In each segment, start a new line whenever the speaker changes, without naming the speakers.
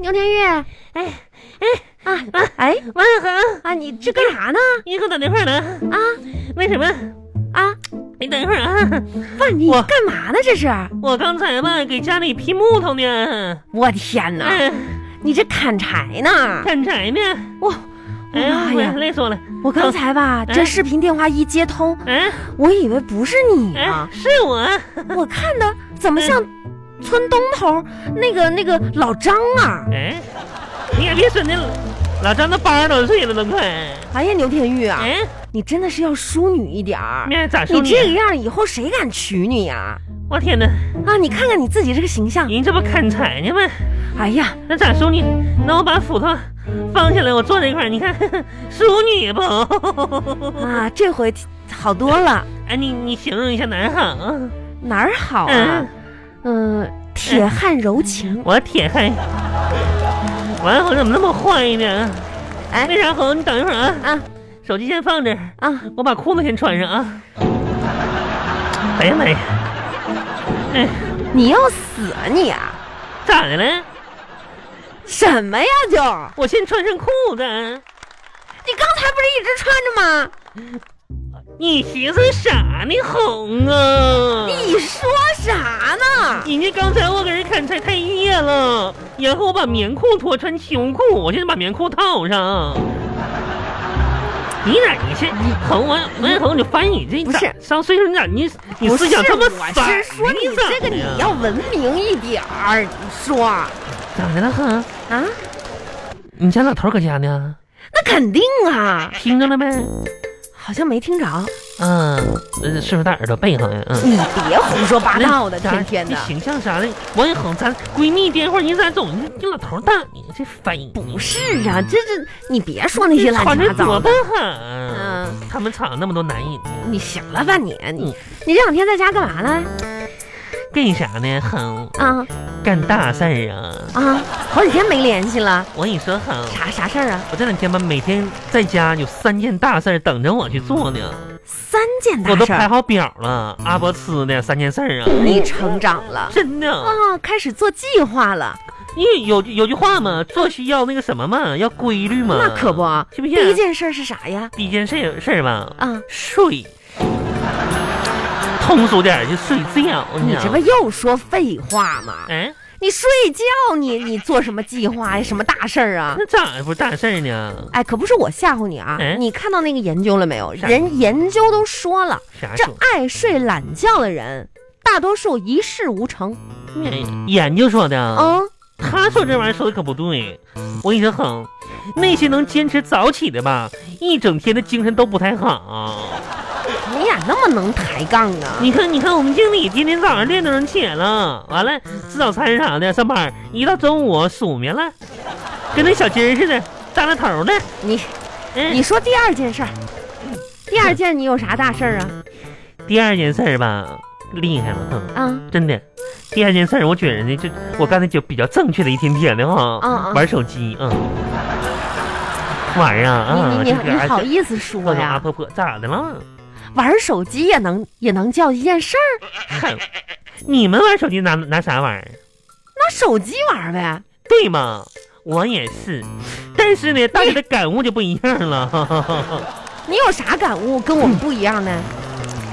牛天玉，哎哎啊啊
哎，王小恒，
啊！你这干啥呢？
你给我等一会儿呢？
啊
为什么？
啊！
你等一会儿啊！
不是你
我
干嘛呢？这是？
我刚才吧给家里劈木头呢，
我天哪！
哎，
你这砍柴呢？
砍柴呢。
我
嗯哎呀，
妈呀
我累死我了。
我刚才吧，
哎
这视频电话一接通，
哎
我以为不是你
哎
呢，，
是我。
我看的怎么像村东头那个那个老张啊？
哎，你也别说那老张都八十多岁了，都快。
哎呀，牛天玉啊，
哎，
你真的是要淑女一点儿，
面咋说
啊你这个样儿以后谁敢娶你呀、
我天哪，
啊？你看看你自己这个形象，
人这不砍柴呢吗？
哎呀，
那咋说你？那我把斧头放下来，我坐这块儿，你看，淑女不？
啊，这回好多了，
哎，你你形容一下哪儿好啊？
哪儿好啊？嗯、铁汉柔情，
我铁汉，王猴怎么那么坏呢？
哎
那啥猴，你等一会儿啊，
啊
手机先放这儿，
啊，
我把裤子先穿上啊。哎呀妈呀，哎，
你要死啊你啊？
咋的了？
什么呀就？
我先穿上裤子，啊
你刚才不是一直穿着吗？
你寻思啥呢，红啊？
你说啥呢？
人家刚才我搁这砍柴太夜了，然后我把棉裤脱穿秋裤，我现在把棉裤套上。你咋你这猴王王猴，你翻译这
不是
咋上岁数你咋你你
不
思
是，
想这么
我
散
是说你
咋
这个
的
你
呀
要文明一点儿，你说啊？
咋的了哼？你家老头搁家呢？
那肯定啊，
听着了没？
好像没听着。
嗯，呃是不是大耳朵背上呀？嗯。
你别胡说八道的，
那
天天
那
的。
形象啥的，王一恒，咱闺蜜电话，你咋总这老头大你这反应？
不是啊，这这你别说那些乱
穿
七
嗯着
八糟的
多不。好。
嗯，
他们厂那么多男人，
你行了吧你你
嗯
你这两天在家干嘛呢？
干啥呢？哼，
啊
干大事儿啊！
啊，好几天没联系了，
我跟你说，哼，
啥啥事儿啊？
我这两天吧，每天在家有三件大事儿等着我去做呢，
三件
我
大
都
事
排
儿，哦
好表了。阿波斯的三件事儿啊，
你成长了
真的。
啊，开始做计划了，
因为有有句话嘛，做需要那个什么嘛，要规律嘛。
那可不，
嗯信啊不信？
第一件事儿是啥呀？
第一件事儿事儿吧，
啊，
睡。通俗点儿就睡觉，
你
知
这
道
不
吗？
又说废话吗？
哎，
你睡觉你你做什么计划呀？什么大事儿啊？
那咋不是大事儿呢？
哎，可不是我吓唬你啊！
嗯哎
你看到那个研究了没有？
啥
人研究都说了，
啥
这
说？
爱睡懒觉的人，大多数一事无成。
研究说的。
嗯，
他说这玩意儿说的可不对，我跟你说哼，那些能坚持早起的吧，一整天的精神都不太好。
你咋那么能抬杠啊呢？
你看，你看我们经理今天早上六点钟起来了，完了吃早餐啥的，上班一到中午数绵了，跟那小鸡儿似的，耷拉头呢。
你
嗯
你，说第二件事儿，第二件你有啥大事儿啊？
第二件事儿吧，厉害了，哼，
啊
真的。第二件事儿，我觉着呢，就我刚才就比较正确的一天天的哈，
嗯嗯
玩手机，嗯，玩儿啊啊，
你你
这
你
个
你
还是
好意思啊说
我呀，阿
呀？
婆婆咋的了？
玩手机也能也能叫一件事儿？
哼，你们玩手机拿拿啥玩儿？
拿手机玩呗。
对吗？我也是，但是呢，大家的感悟就不一样了。
你有啥感悟跟我们不一样呢？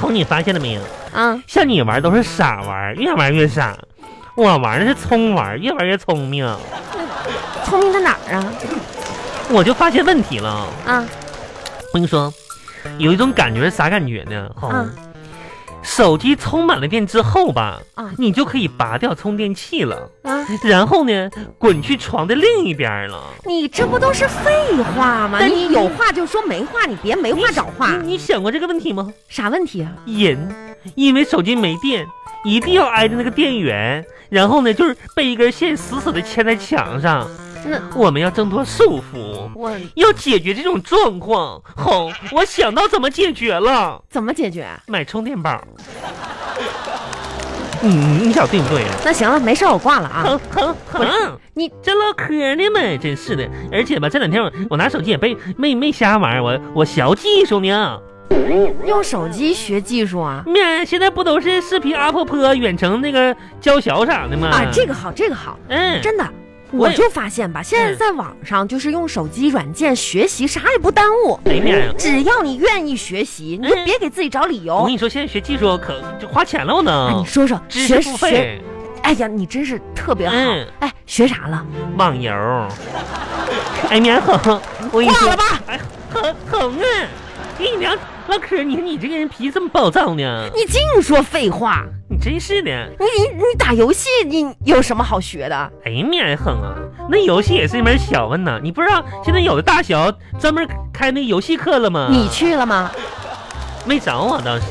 红，你发现了没有？
啊，
像你玩都是傻玩，越玩越傻。我玩的是聪玩，越玩越聪明。
聪明在哪儿啊？
我就发现问题了。
啊，
我跟你说，有一种感觉是啥感觉呢？哈、
啊
手机充满了电之后吧，
啊
你就可以拔掉充电器了，
啊，
然后呢，滚去床的另一边儿了。
你这不都是废话吗？
但
你
你
有话就说，没话你别没话找话。
你你想过这个问题吗？
啥问题啊？
人因为手机没电，一定要挨着那个电源，然后呢，就是被一根线死死的牵在墙上。
那
我们要挣脱束缚，
我
要解决这种状况。吼，我想到怎么解决了，
怎么解决？啊
买充电宝。嗯，你想对不对啊？
那行了，没事儿，我挂了啊。
哼哼哼！
你
这唠嗑呢嘛，真是的。而且吧，这两天我我拿手机也被没没瞎玩，我我学技术呢。
用手机学技术啊？
面现在不都啊是视频 UP 坡远程那个教学啥的吗？
啊啊，这个好，这个好，
嗯，
真的。我
也
就发现吧，现在
嗯
在网上就是用手机软件学习，啥也不耽误。
哪面啊？
只要你愿意学习，你就
嗯
别给自己找理
我
由
跟。你说，现在学技术可就花钱了
哎，
呢
你，说说
嗯知识
学
付
学，
费，
哎呀，你真是特别好
嗯。
哎，学啥了？
网游。哎呀，哼，我跟你
挂
说
了吧，
哎，哼哼啊！跟你聊唠嗑，你说你这个人脾气这么暴躁呢？
你净说废话。
你真是的。
你你你打游戏，你有什么好学的？
哎呀妈呀，哼啊！那游戏也是一门学问呐。你不知道现在有的大学专门开那游戏课了吗？
你去了吗？
没找我倒是。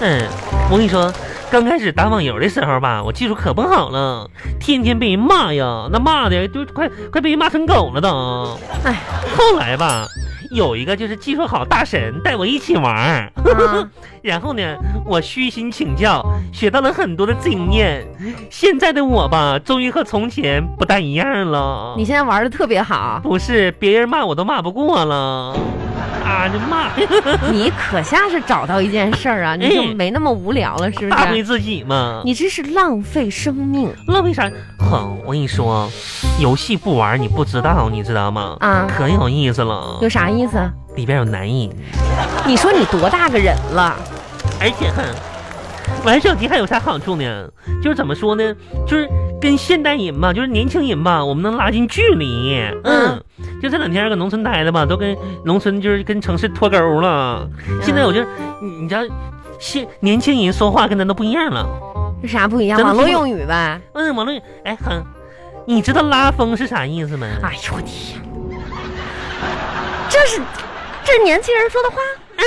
嗯，我跟你说，刚开始打网游的时候吧，我技术可不好了，天天被人骂呀，那骂的都快快被人骂成狗了都。
哎，
后来吧，有一个就是技术好大神带我一起玩儿，
啊
然后呢，我虚心请教，学到了很多的经验。现在的我吧，终于和从前不大一样了。
你现在玩的特别好，
不是别人骂我都骂不过了，啊，这骂。
你可下是找到一件事儿啊，你就
嗯
没那么无聊了，是不
大为
是？
自己嘛。
你这是浪费生命
浪费啥？哼，我跟你说，游戏不玩你不知道，你知道吗？
啊！
可有意思了
有，啥意思？
里边有男人，
你说你多大个人了？
而且哼，玩手机还有啥好处呢？就是怎么说呢？就是跟现代人吧，就是年轻人吧，我们能拉近距离。嗯，就这两天搁农村待的吧，都跟农村就是跟城市脱钩了。现在我就，你你知道，现年轻人说话跟咱都不一样了。
有啥不一样？
咱们
网络
听
用语呗。
嗯，网络，哎哼，你知道拉风是啥意思吗？
哎呦我天，这是这是年轻人说的话？嗯，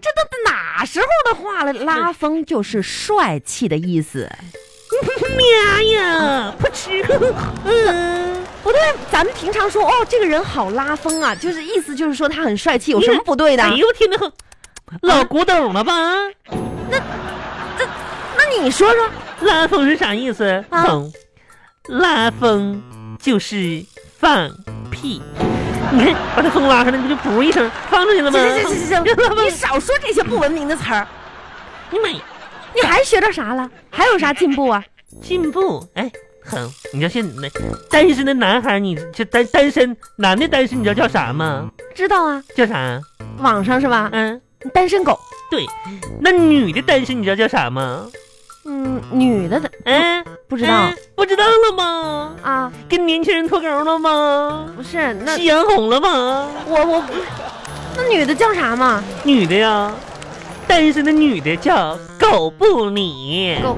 这都哪时候的话了？拉风就是帅气的意思。
妈哎呀，不吃。
嗯，不对，咱们平常说哦，这个人好拉风啊，就是意思就是说他很帅气，有什么不对的？
哎呦我天哪，很老古董了吧？
那你说说，
拉风是啥意思？
啊
哼，拉风就是放屁。你看，把这风拉出来，你不就噗一声放出去了吗？
行行行行
哼拉
行，
风
你少说这些不文明的词儿。
你妈呀，
你还学着啥了？还有啥进步啊？
进步！哎，哼，哎你知道现在单身的男孩，你这单单身男的单身，你知道叫啥吗？
知道啊，
叫啥？
网上是吧？
嗯，
单身狗，
对。那女的单身，你知道叫啥吗？
嗯，女的的
嗯，
不
不
知道、
不知道了吗？
啊，
跟年轻人脱钩了吗？
不是那
夕阳红了吗？
我我那女的叫啥嘛？
女的呀，单身的女的叫狗不理。
狗，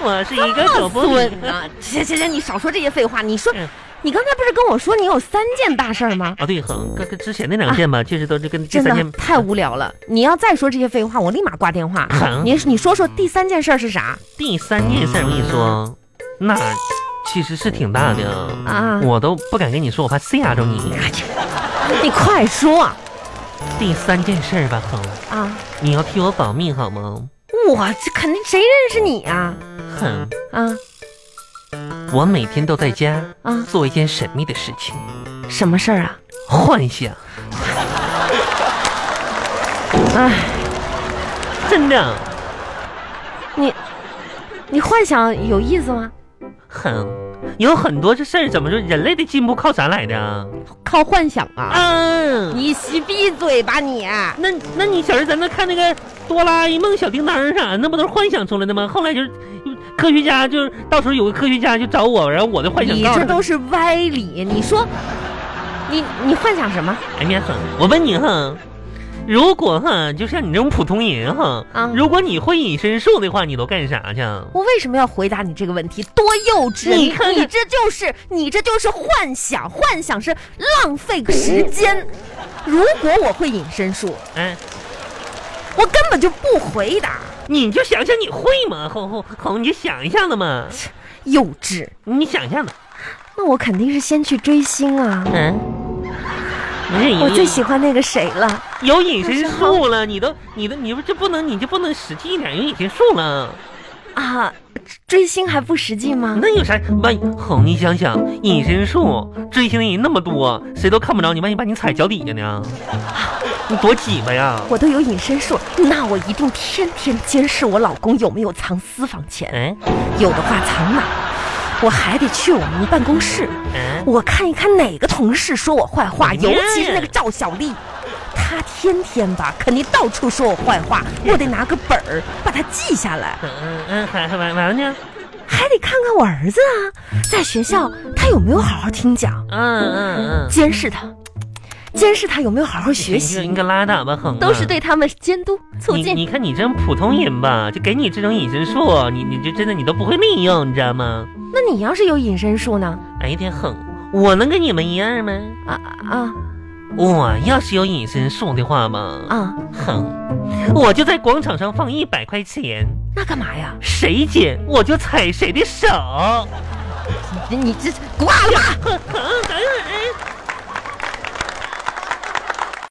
我是一个狗不 理。
孙啊！行行行，你少说这些废话。你说
嗯，
你刚才不是跟我说你有三件大事儿吗？
啊，对，哼，跟跟之前那两件吧，确实都是跟这
啊真
三件
的。太无聊了！你要再说这些废话，我立马挂电话。
哼
你你说说第三件事儿是啥
第三件事儿，我跟你说，那其实是挺大的，
啊？
我都不敢跟你说，我怕吓着你。
你快说
第三件事儿吧，哼，
啊！
你要替我保密好吗？
我这肯定谁认识你啊？
哼，
啊
我每天都在家
啊！
做一件神秘的事情。
什么事儿啊？
幻想。
唉，
真的，
你你幻想有意思吗？
很有很多这事儿，怎么说？人类的进步靠啥来的啊？
靠幻想啊！
嗯，
你洗闭嘴吧你！
那那你小时候咱那看那个哆啦 A 梦、小叮当啥，那不都是幻想出来的吗？后来就是科学家，就是到时候有个科学家就找我，然后我的幻想
你
告诉
这
他
都是歪理。你说，你你幻想什么
哎呀哼，我问你哈，如果哈，就像你这种普通人哈，
啊？
如果你会隐身术的话，你都干啥去啊？
我为什么要回答你这个问题？多幼稚！
你看看
你这就是你这就是幻想，幻想是浪费时间。如果我会隐身术，
哎，
我根本就不回答，
你就想想你会吗？吼吼吼，你就想一下子嘛，
幼稚。
你想一下子。
那我肯定是先去追星啊！
嗯，不是
我
有
最喜欢那个谁了，
有隐身术了，你都你都你不这不能你就不能实际一点有隐身术了？
啊，追星还不实际吗？
那有啥？万一哼，你想想，隐身术追星的人那么多，谁都看不着你，万一把你踩脚底下呢？你多挤巴呀！
我都有隐身术，那我一定天天监视我老公有没有藏私房钱。
哎，
有的话藏哪儿？我还得去我们办公室，
嗯，
我看一看哪个同事说我坏话，
哎呀
尤其是那个赵小丽，她天天吧，肯定到处说我坏话，我得拿个本儿把它记下来，
嗯嗯，还还完完了呢？
还得看看我儿子啊，在学校他有没有好好听讲，
嗯嗯
监视他，监视他有没有好好
嗯，
学
你
习，
可拉倒吧，哼啊，
都是对他们监督促
你
进。
你看你这普通人吧，就给你这种隐身术，你你就真的你都不会利用，你知道吗？
那你要是有隐身术呢？
哎呀天哼，我能跟你们一样吗？
啊啊
我要是有隐身术的话嘛，
啊！
哼，我就在广场上放一百块钱，
那干嘛呀？
谁捡我就踩谁的手。
你你这挂了吧！
哼哼，等会儿哎